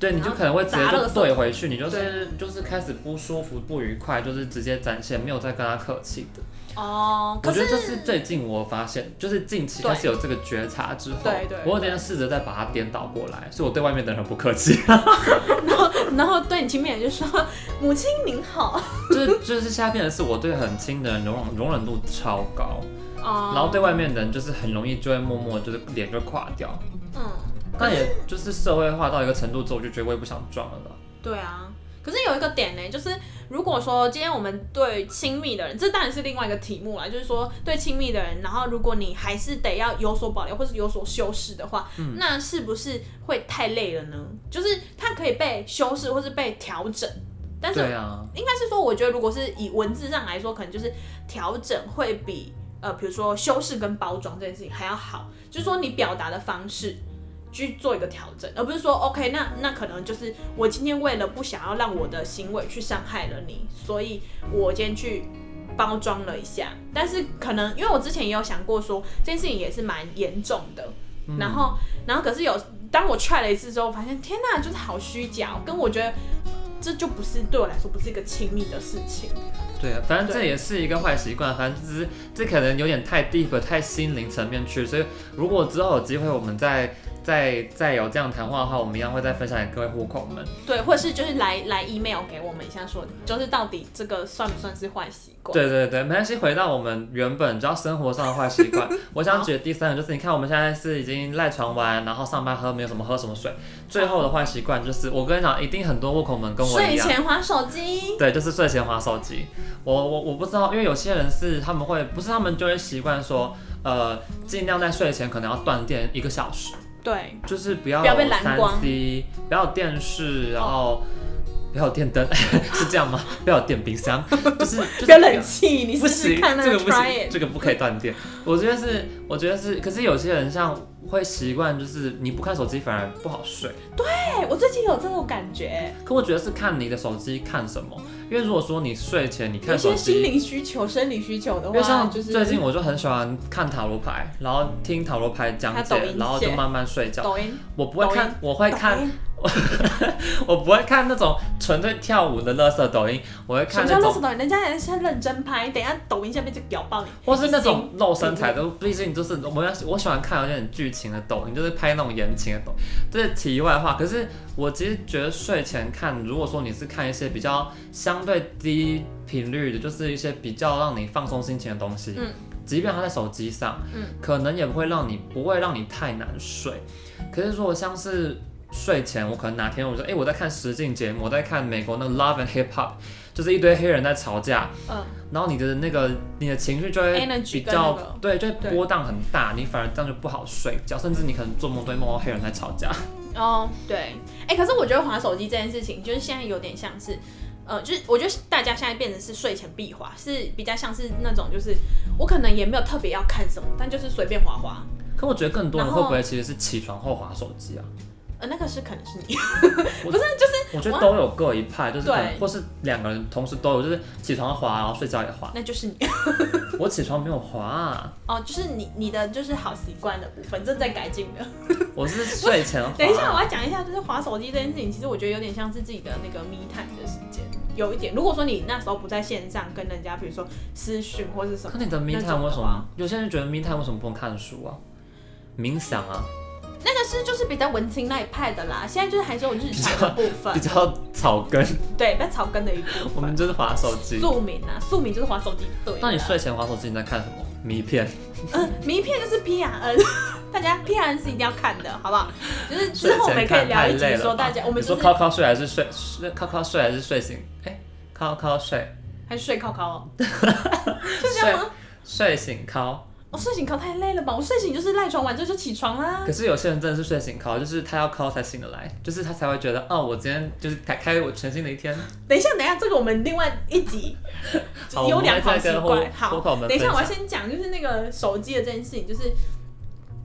[SPEAKER 1] 对，你就可能会直接
[SPEAKER 2] 然后
[SPEAKER 1] 就
[SPEAKER 2] 砸垃圾
[SPEAKER 1] 怼回去，你就是就是开始不舒服、不愉快，就是直接展现，没有再跟他客气的。
[SPEAKER 2] 哦，
[SPEAKER 1] 我
[SPEAKER 2] 可
[SPEAKER 1] 觉
[SPEAKER 2] 是
[SPEAKER 1] 得这是最近我发现，就是近期
[SPEAKER 2] 对
[SPEAKER 1] 开始有这个觉察之后，
[SPEAKER 2] 对对对
[SPEAKER 1] 我有点试着再把它颠倒过来，所以我对外面的人很不客气，
[SPEAKER 2] 然后然后对你亲密人就说母亲您好，
[SPEAKER 1] 就是就是现在变成是我对很亲的人容忍容忍度超高，
[SPEAKER 2] 哦，
[SPEAKER 1] 然后对外面的人就是很容易就会默默就是脸就垮掉，
[SPEAKER 2] 嗯，
[SPEAKER 1] 但也就是社会化到一个程度之后，我就觉得我也不想装了啦。
[SPEAKER 2] 对啊。可是有一个点呢，就是如果说今天我们对亲密的人，这当然是另外一个题目啦，就是说对亲密的人，然后如果你还是得要有所保留或是有所修饰的话，那是不是会太累了呢？就是它可以被修饰或是被调整，但是
[SPEAKER 1] 对啊，
[SPEAKER 2] 应该是说，我觉得如果是以文字上来说，可能就是调整会比呃，比如说修饰跟包装这件事情还要好，就是说你表达的方式去做一个调整，而不是说 OK，那那可能就是我今天为了不想要让我的行为去伤害了你，所以我今天去。包装了一下，但是可能因为我之前也有想过说这件事情也是蛮严重的，然后然后可是有当我 try 了一次之后，我发现天呐，就是好虚假哦，跟我觉得这就不是对我来说不是一个亲密的事情。
[SPEAKER 1] 对啊，反正这
[SPEAKER 2] 对
[SPEAKER 1] 也是一个坏习惯，反正只是这可能有点太 deep、太心灵层面去，所以如果之后有机会，我们再再再有这样谈话的话，我们一样会再分享给各位户口们。
[SPEAKER 2] 对，或者是就是来来 email 给我们一下说，就是到底这个算不算是坏习惯？
[SPEAKER 1] 对对对，没关系，回到我们原本只要生活上的坏习 惯，我想举的第三个就是，你看我们现在是已经赖床完，然后上班喝没有什么喝什么水，最后的坏习惯就是，我跟你讲，一定很多户口们跟我一
[SPEAKER 2] 睡
[SPEAKER 1] 样。
[SPEAKER 2] 前划手机，
[SPEAKER 1] 对，就是睡前划手机。我我我不知道，因为有些人是他们会，不是他们就会习惯说，呃，尽量在睡前可能要断电一个小时，
[SPEAKER 2] 对，
[SPEAKER 1] 就是不要
[SPEAKER 2] 不要被
[SPEAKER 1] 有
[SPEAKER 2] 蓝
[SPEAKER 1] 三
[SPEAKER 2] 光
[SPEAKER 1] C，不要有电视，然后不要有电灯， 是这样吗？不要有电冰箱，就是、就是、
[SPEAKER 2] 不要冷气，你
[SPEAKER 1] 不
[SPEAKER 2] 试试
[SPEAKER 1] 行，
[SPEAKER 2] 看那啊
[SPEAKER 1] 这个不
[SPEAKER 2] try
[SPEAKER 1] 行，
[SPEAKER 2] it。
[SPEAKER 1] 这个不可以断电。我觉得是，我觉得是，可是有些人像会习惯，就是你不看手机反而不好睡。
[SPEAKER 2] 哎，我最近有这种感觉，
[SPEAKER 1] 可我觉得是看你的手机看什么，因为如果说你睡前你
[SPEAKER 2] 有
[SPEAKER 1] 看手
[SPEAKER 2] 些心
[SPEAKER 1] 机，
[SPEAKER 2] 灵需求、生理需求的
[SPEAKER 1] 因为
[SPEAKER 2] 话，
[SPEAKER 1] 像
[SPEAKER 2] 就是
[SPEAKER 1] 最近我啊就很喜欢看塔罗牌，然后听塔罗牌讲
[SPEAKER 2] 他抖
[SPEAKER 1] 解
[SPEAKER 2] 音，
[SPEAKER 1] 然后就
[SPEAKER 2] 解
[SPEAKER 1] 慢慢睡觉。
[SPEAKER 2] 抖音，
[SPEAKER 1] 我不会
[SPEAKER 2] 抖音
[SPEAKER 1] 看，我会看
[SPEAKER 2] 抖，音
[SPEAKER 1] 我不会看那种纯粹跳舞的乐色抖音，我会
[SPEAKER 2] 什
[SPEAKER 1] 看
[SPEAKER 2] 么
[SPEAKER 1] 那
[SPEAKER 2] 叫
[SPEAKER 1] 种
[SPEAKER 2] 垃圾抖音？人家人家认真拍，等一下抖音下面就屌爆你，
[SPEAKER 1] 或是那种露身材的，毕竟就是我要我喜欢看有点剧情的抖音，就是拍那种言情的抖音。这是题外话，可是我其实觉得睡前看，如果说你是看一些比较相对低频率的，就是一些比较让你放松心情的东西，
[SPEAKER 2] 嗯
[SPEAKER 1] 即便它在手机上，
[SPEAKER 2] 嗯
[SPEAKER 1] 可能也不会让你不会让你太难睡。可是如果像是睡前，我可能哪天我说，哎、我在看实境节目，我在看美国那个 Love and Hip Hop，就是一堆黑人在吵架，
[SPEAKER 2] 嗯，
[SPEAKER 1] 然后你的那个你的情绪就会
[SPEAKER 2] Energy
[SPEAKER 1] 比较、
[SPEAKER 2] 跟那个
[SPEAKER 1] 对，就会
[SPEAKER 2] 对
[SPEAKER 1] 波荡很大，你反而这样就不好睡觉，甚至你可能做梦都会梦到黑人在吵架。
[SPEAKER 2] 哦，对，哎、可是我觉得划手机这件事情，就是现在有点像是，呃，就是我觉得大家现在变成是睡前必划，是比较像是那种，就是我可能也没有特别要看什么，但就是随便划划。
[SPEAKER 1] 可我觉得更多人
[SPEAKER 2] 然
[SPEAKER 1] 会
[SPEAKER 2] 后
[SPEAKER 1] 不会其实是起床后划手机啊？
[SPEAKER 2] 呃，那个是可能是你，
[SPEAKER 1] 我觉得都有各一派，就是可能
[SPEAKER 2] 对
[SPEAKER 1] 或是两个人同时都有，就是起床滑，然后睡觉也滑。
[SPEAKER 2] 那就是你
[SPEAKER 1] 我起床没有滑、啊，
[SPEAKER 2] 哦，就是你你的就是好习惯的部分，正在改进的。
[SPEAKER 1] 我是睡前滑。
[SPEAKER 2] 等一下，我要讲一下，就是划手机这件事情，其实我觉得有点像是自己的那个密探的时间，有一点。如果说你那时候不在线上跟人家，比如说私讯或是什么，
[SPEAKER 1] 可你的密
[SPEAKER 2] 那
[SPEAKER 1] 探
[SPEAKER 2] 种
[SPEAKER 1] 为
[SPEAKER 2] 的
[SPEAKER 1] 什么
[SPEAKER 2] 话？
[SPEAKER 1] 有些人觉得密探为什么不能看书啊？冥想啊，
[SPEAKER 2] 那个是就是比较文青那一派的啦。现在就是还是有日常的部分
[SPEAKER 1] 比，较草根。
[SPEAKER 2] 对，比较草根的一
[SPEAKER 1] 我
[SPEAKER 2] 部
[SPEAKER 1] 们
[SPEAKER 2] 分。
[SPEAKER 1] 就是滑手机。
[SPEAKER 2] 宿民啊，宿民就是划手机对啊啦。
[SPEAKER 1] 那你睡前滑手机你在看什么？迷片。
[SPEAKER 2] 嗯，名片就是 P R N，大 家 P R N 是一定要看的，好不好？就是之后我们
[SPEAKER 1] 睡前
[SPEAKER 2] 也可以
[SPEAKER 1] 看
[SPEAKER 2] 聊
[SPEAKER 1] 太
[SPEAKER 2] 一集
[SPEAKER 1] 累了
[SPEAKER 2] 说
[SPEAKER 1] 吧。
[SPEAKER 2] 大家，我们
[SPEAKER 1] 你
[SPEAKER 2] 就
[SPEAKER 1] 说
[SPEAKER 2] 是
[SPEAKER 1] 靠靠睡还是睡睡靠靠睡还是睡醒？哎，靠靠睡
[SPEAKER 2] 还是睡靠靠哦，就这样吗？
[SPEAKER 1] 睡醒靠。
[SPEAKER 2] 我、哦睡醒靠太累了吧？我睡醒就是赖床完之后就起床啦
[SPEAKER 1] 可。是有些人真的是睡醒靠，就是他要靠才醒得来，就是他才会觉得哦，我今天就是开开我全新的一天。
[SPEAKER 2] 等一下，等一下，这个我们另外一集
[SPEAKER 1] 好
[SPEAKER 2] 优良
[SPEAKER 1] 我们
[SPEAKER 2] 好
[SPEAKER 1] 会
[SPEAKER 2] 习
[SPEAKER 1] 再跟
[SPEAKER 2] 惯。
[SPEAKER 1] 火
[SPEAKER 2] 好
[SPEAKER 1] 火烤们，
[SPEAKER 2] 等一下
[SPEAKER 1] 分
[SPEAKER 2] 我要
[SPEAKER 1] 享
[SPEAKER 2] 先讲，就是那个手机的这件事情，就是。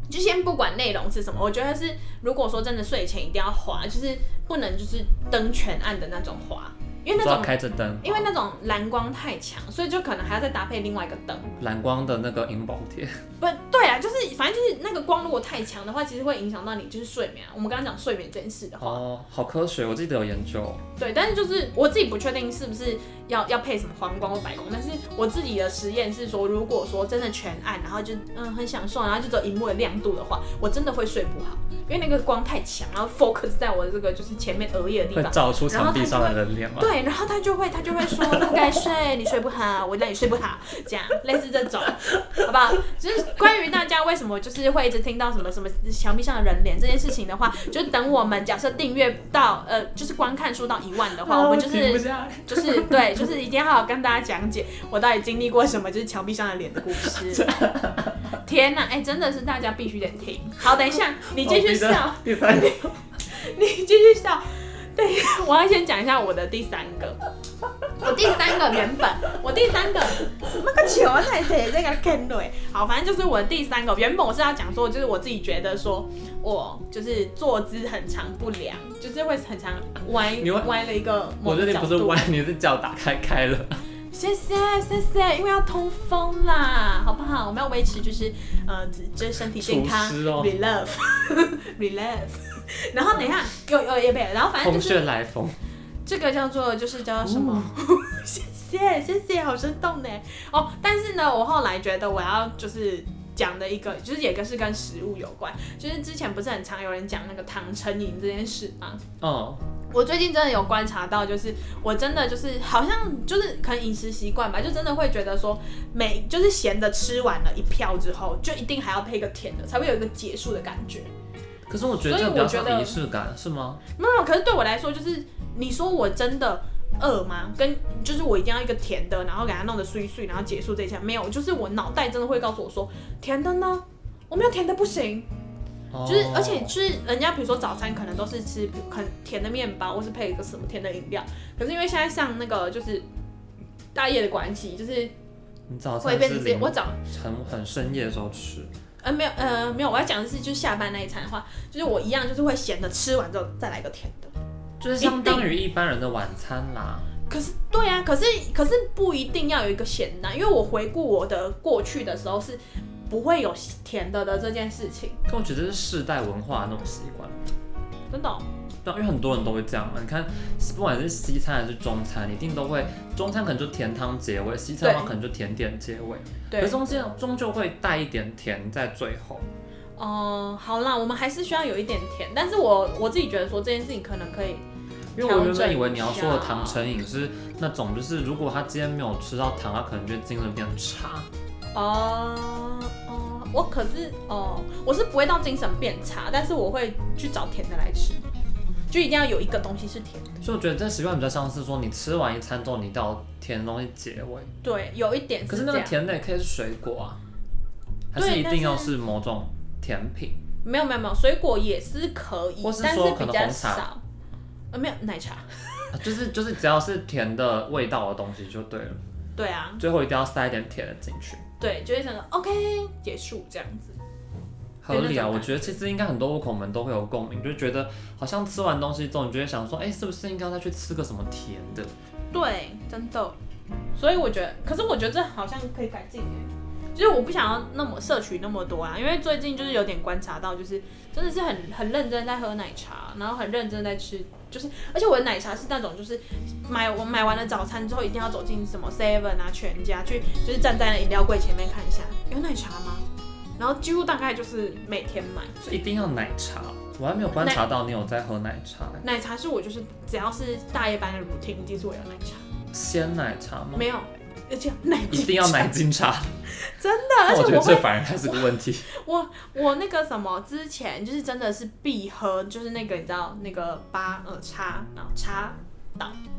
[SPEAKER 2] 就先不管内容是什么，我觉得是如果说真的睡前一定要滑，就是不能就是灯全暗的那种滑，因为那
[SPEAKER 1] 都要
[SPEAKER 2] 种
[SPEAKER 1] 开着灯，
[SPEAKER 2] 因为那种蓝光太强，所以就可能还要再搭配另外一个灯。
[SPEAKER 1] 蓝光的那个荧光贴。
[SPEAKER 2] 不对啊，就是反正就是那个光如果太强的话，其实会影响到你就是睡眠啊。我们刚刚讲睡眠这件事的话，
[SPEAKER 1] 哦，好科学，我记得有研究。
[SPEAKER 2] 对，但是就是我自己不确定是不是要要配什么黄光或白光，但是我自己的实验是说，如果说真的全暗，然后就嗯很享受，然后就只有荧幕的亮度的话，我真的会睡不好，因为那个光太强，然后 focus 在我的这个就是前面额叶的地
[SPEAKER 1] 会
[SPEAKER 2] 方。
[SPEAKER 1] 照出墙壁上的人脸吗？
[SPEAKER 2] 对，然后他就会他就会说不该睡，你睡不好，我让你睡不好，这样类似这种，好不好？就是关于大家为什么就是会一直听到什么什么墙壁上的人脸这件事情的话，就是等我们假设订阅到呃就是观看数到一万的话，我们就
[SPEAKER 1] 停不
[SPEAKER 2] 是。
[SPEAKER 1] 下来
[SPEAKER 2] 就是对，就是一定要好好跟大家讲解我到底经历过什么，就是墙壁上的脸的 故事。天哪，哎、真的是大家必须得听。好，等一下你继续笑，。
[SPEAKER 1] 我哦第三 点，
[SPEAKER 2] 你继续笑。对，我要先讲一下我的第三个。我第三个原本，我第三个那个球太谁这个坑对，好，反正就是我的第三个。原本我是要讲说，就是我自己觉得说我就是坐姿很长不良，就是会很常歪
[SPEAKER 1] 你会
[SPEAKER 2] 歪了一个某
[SPEAKER 1] 我觉
[SPEAKER 2] 个
[SPEAKER 1] 得你
[SPEAKER 2] 角
[SPEAKER 1] 不是
[SPEAKER 2] 度。
[SPEAKER 1] 歪，你是脚打开开了。
[SPEAKER 2] 谢谢谢谢，因为要通风啦，好不好？我们要维持就是呃，只就是身体健康、
[SPEAKER 1] 厨师哦
[SPEAKER 2] r e l o v e r e l o v e 然后等一下又又也被，然后 反正
[SPEAKER 1] 空
[SPEAKER 2] 就是
[SPEAKER 1] 穴来风，
[SPEAKER 2] 这个叫做就是叫什么？ 谢谢谢谢，好生动呢。哦，但是呢，我后来觉得我要就是讲的一个，就是也跟是跟食物有关，就是之前不是很常有人讲那个糖成瘾这件事吗？
[SPEAKER 1] 嗯，
[SPEAKER 2] 我最近真的有观察到，就是我真的就是好像就是可能饮食习惯吧，就真的会觉得说每就是咸的吃完了一票之后，就一定还要配一个甜的，才会有一个结束的感觉。
[SPEAKER 1] 可是我觉得这个比较像仪式感，是吗？
[SPEAKER 2] 没有，可是对我来说，就是你说我真的饿吗？跟就是我一定要一个甜的，然后给它弄得碎碎，然后结束这一下。没有，就是我脑袋真的会告诉我说，甜的呢，我没有甜的不行。
[SPEAKER 1] 哦
[SPEAKER 2] 就是而且就是人家比如说早餐可能都是吃很甜的面包，或是配一个什么甜的饮料。可是因为现在像那个就是大夜的关系，就是
[SPEAKER 1] 你早
[SPEAKER 2] 会
[SPEAKER 1] 餐
[SPEAKER 2] 变
[SPEAKER 1] 是
[SPEAKER 2] 成自己
[SPEAKER 1] 零
[SPEAKER 2] 我早
[SPEAKER 1] 很很深夜的时候吃，
[SPEAKER 2] 呃，没有，呃，没有，我要讲的是，就是下班那一餐的话，就是我一样，就是会咸的，吃完之后再来一个甜的。
[SPEAKER 1] 就是相当于一般人的晚餐啦。
[SPEAKER 2] 可是，对啊，可是可是不一定要有一个咸的啊，因为我回顾我的过去的时候是不会有甜的的这件事情，
[SPEAKER 1] 可我觉得是世代文化的那种习惯，
[SPEAKER 2] 真的哦、
[SPEAKER 1] 对啊，因为很多人都会这样嘛。你看，不管是西餐还是中餐，一定都会，中餐可能就甜汤结尾，西餐的话
[SPEAKER 2] 对
[SPEAKER 1] 可能就甜点结尾，
[SPEAKER 2] 对
[SPEAKER 1] 可，是中间终究会带一点甜在最后。
[SPEAKER 2] 哦、好啦，我们还是需要有一点甜，但是我我自己觉得说这件事情可能可以，
[SPEAKER 1] 因为我原本以为你要说的糖成瘾是那种，就是如果他今天没有吃到糖，他可能就精神变差。
[SPEAKER 2] 哦、哦、我可是哦我是不会到精神变差，但是我会去找甜的来吃，就一定要有一个东西是甜的。
[SPEAKER 1] 所以我觉得这习惯比较像是说，你吃完一餐之后，你到甜的东西结尾。
[SPEAKER 2] 对，有一点
[SPEAKER 1] 可
[SPEAKER 2] 是
[SPEAKER 1] 是那
[SPEAKER 2] 这
[SPEAKER 1] 个
[SPEAKER 2] 样。
[SPEAKER 1] 甜的也可以是水果啊，还
[SPEAKER 2] 对
[SPEAKER 1] 是一定要
[SPEAKER 2] 但是
[SPEAKER 1] 是某种甜品？
[SPEAKER 2] 没有没有没有，水果也是可以，
[SPEAKER 1] 或是
[SPEAKER 2] 但是
[SPEAKER 1] 说可
[SPEAKER 2] 比
[SPEAKER 1] 能
[SPEAKER 2] 较
[SPEAKER 1] 红茶
[SPEAKER 2] 少。呃，没有奶茶。
[SPEAKER 1] 啊就是就是只要是甜的味道的东西就对了，
[SPEAKER 2] 对啊，
[SPEAKER 1] 最后一定要塞一点甜的进去。
[SPEAKER 2] 对，就会想说 OK 结束这样子。
[SPEAKER 1] 合理啊，
[SPEAKER 2] 对那种感觉
[SPEAKER 1] 我觉得其实应该很多口们都会有共鸣，就觉得好像吃完东西之后，你就会想说，哎、是不是应该再去吃个什么甜的？
[SPEAKER 2] 对，真的。所以我觉得，可是我觉得这好像可以改进耶，就是我不想要那么摄取那么多啊，因为最近就是有点观察到，就是真的是很很认真在喝奶茶，然后很认真在吃，就是而且我的奶茶是那种就是买我买完了早餐之后一定要走进什么 Seven 啊全家去，就是站在饮料柜前面看一下有奶茶吗？然后几乎大概就是每天买。
[SPEAKER 1] 所以一定要奶茶。我还没有观察到你有在喝奶茶，
[SPEAKER 2] 奶茶是我就是只要是大夜班的 routine，一定是我有奶茶，
[SPEAKER 1] 鲜奶茶吗？
[SPEAKER 2] 没有，而且奶
[SPEAKER 1] 一定要奶精茶。
[SPEAKER 2] 真的， 而
[SPEAKER 1] 我觉
[SPEAKER 2] 且我
[SPEAKER 1] 得
[SPEAKER 2] 会
[SPEAKER 1] 这反而还是个问 题。
[SPEAKER 2] 我我那个什么，之前就是真的是必喝，就是那个你知道那个八呃叉然后叉岛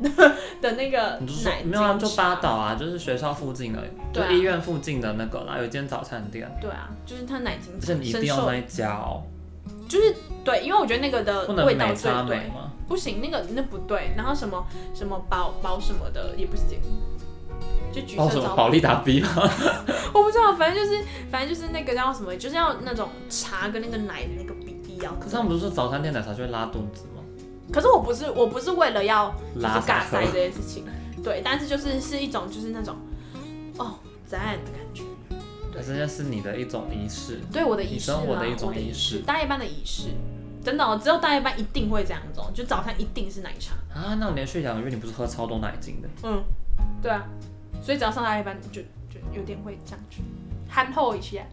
[SPEAKER 2] 的那个
[SPEAKER 1] 你就说
[SPEAKER 2] 奶精
[SPEAKER 1] 没有啊，就
[SPEAKER 2] 茶
[SPEAKER 1] 八岛啊，就是学校附近的，就
[SPEAKER 2] 对啊
[SPEAKER 1] 医院附近的那个啦，有一间早餐店，
[SPEAKER 2] 对啊，就是它奶精
[SPEAKER 1] 而
[SPEAKER 2] 茶
[SPEAKER 1] 且你一定
[SPEAKER 2] 深
[SPEAKER 1] 要
[SPEAKER 2] 受
[SPEAKER 1] 那一家哦，
[SPEAKER 2] 就是对，因为我觉得那个的
[SPEAKER 1] 不能
[SPEAKER 2] 呃味道
[SPEAKER 1] 美
[SPEAKER 2] 最
[SPEAKER 1] 差美
[SPEAKER 2] 对，
[SPEAKER 1] 吗？
[SPEAKER 2] 不行，那个那不对，然后什么什么宝宝什么的也不行，就橘
[SPEAKER 1] 哦，
[SPEAKER 2] 色
[SPEAKER 1] 什么
[SPEAKER 2] 糟
[SPEAKER 1] 保利达 B 吗？
[SPEAKER 2] 我不知道，反正就是反正就是那个叫什么，就是要那种茶跟那个奶的那个比例要。
[SPEAKER 1] 可是他们不是说早餐店奶茶就会拉肚子吗？
[SPEAKER 2] 可是我不是我不是为了要就是
[SPEAKER 1] 拉
[SPEAKER 2] 尬塞
[SPEAKER 1] 才喝
[SPEAKER 2] 这件事情，对，但是就是是一种就是那种哦展览的感觉，
[SPEAKER 1] 对，这件是你的一种仪式。
[SPEAKER 2] 对我的
[SPEAKER 1] 你
[SPEAKER 2] 仪式
[SPEAKER 1] 生活
[SPEAKER 2] 啦
[SPEAKER 1] 的一种
[SPEAKER 2] 我的
[SPEAKER 1] 仪
[SPEAKER 2] 仪
[SPEAKER 1] 式
[SPEAKER 2] 式，大夜班的仪式，真的、哦，只有大夜班一定会这样子、哦，就早餐一定是奶茶，
[SPEAKER 1] 啊，那你连续两个月你不是喝超多奶精的？
[SPEAKER 2] 嗯，对啊，所以只要上大夜班就就有点会这样子憨厚一些，啊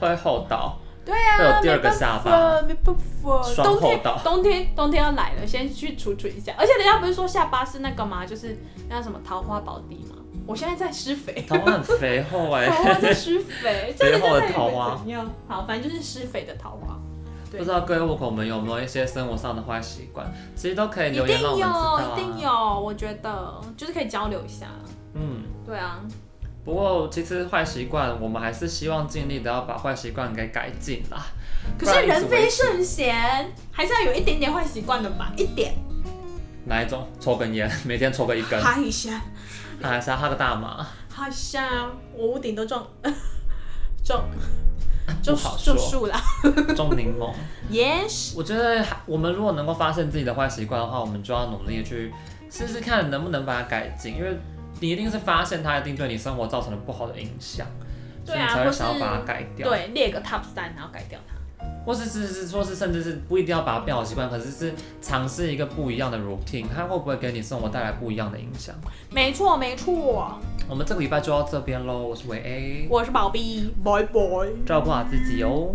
[SPEAKER 1] 会厚道，
[SPEAKER 2] 对啊，
[SPEAKER 1] 会有第二
[SPEAKER 2] 没
[SPEAKER 1] 个
[SPEAKER 2] 办
[SPEAKER 1] 下巴
[SPEAKER 2] 法，没办法，
[SPEAKER 1] 双
[SPEAKER 2] 冬
[SPEAKER 1] 厚
[SPEAKER 2] 天
[SPEAKER 1] 道。
[SPEAKER 2] 冬天冬天要来了，先去储存一下。而且人家不是说下巴是那个吗？就是那叫什么桃花宝地吗？我现在在施肥，
[SPEAKER 1] 桃花很肥 厚哎、
[SPEAKER 2] 桃花在 施肥，这个
[SPEAKER 1] 肥厚的
[SPEAKER 2] 在
[SPEAKER 1] 桃花
[SPEAKER 2] 怎样？好，反正就是施肥的桃花，对
[SPEAKER 1] 不知道各位户口们有没有一些生活上的坏习惯，其实都可以
[SPEAKER 2] 一
[SPEAKER 1] 留
[SPEAKER 2] 定
[SPEAKER 1] 言让我们知道、
[SPEAKER 2] 有，
[SPEAKER 1] 啊。
[SPEAKER 2] 一定。有，我觉得就是可以交流一下。
[SPEAKER 1] 嗯。
[SPEAKER 2] 对啊，
[SPEAKER 1] 不过，其实坏习惯，我们还是希望尽力的要把坏习惯给改进啦。不
[SPEAKER 2] 可
[SPEAKER 1] 然
[SPEAKER 2] 是
[SPEAKER 1] 一直
[SPEAKER 2] 人非
[SPEAKER 1] 维持
[SPEAKER 2] 圣贤，还是要有一点点坏习惯的吧，一点。
[SPEAKER 1] 哪一种？抽根烟，每天抽个一根，
[SPEAKER 2] 哈一下，
[SPEAKER 1] 那还是要哈个大麻。
[SPEAKER 2] 哈一下，我屋顶都种 种
[SPEAKER 1] 不
[SPEAKER 2] 种
[SPEAKER 1] 好
[SPEAKER 2] 种
[SPEAKER 1] 说
[SPEAKER 2] 树啦。
[SPEAKER 1] 种柠檬。
[SPEAKER 2] Yes，
[SPEAKER 1] 我觉得还我们如果能够发现自己的坏习惯的话，我们就要努力地去试试看能不能把它改进，因为你一定是发现它一定对你生活造成了不好的影响，所
[SPEAKER 2] 对
[SPEAKER 1] 以你
[SPEAKER 2] 啊
[SPEAKER 1] 才会想
[SPEAKER 2] 或
[SPEAKER 1] 要
[SPEAKER 2] 是
[SPEAKER 1] 把它改掉。
[SPEAKER 2] 对，列个 top 三，然后改掉它。
[SPEAKER 1] 或是是是说是甚至是不一定要把它变好习惯，可是是尝试一个不一样的 routine，看会不会给你生活带来不一样的影响。
[SPEAKER 2] 没错，没错，
[SPEAKER 1] 我们这个礼拜就到这边喽，我是伟 A，
[SPEAKER 2] 我是宝贝，拜拜。
[SPEAKER 1] 照顾好自己哦。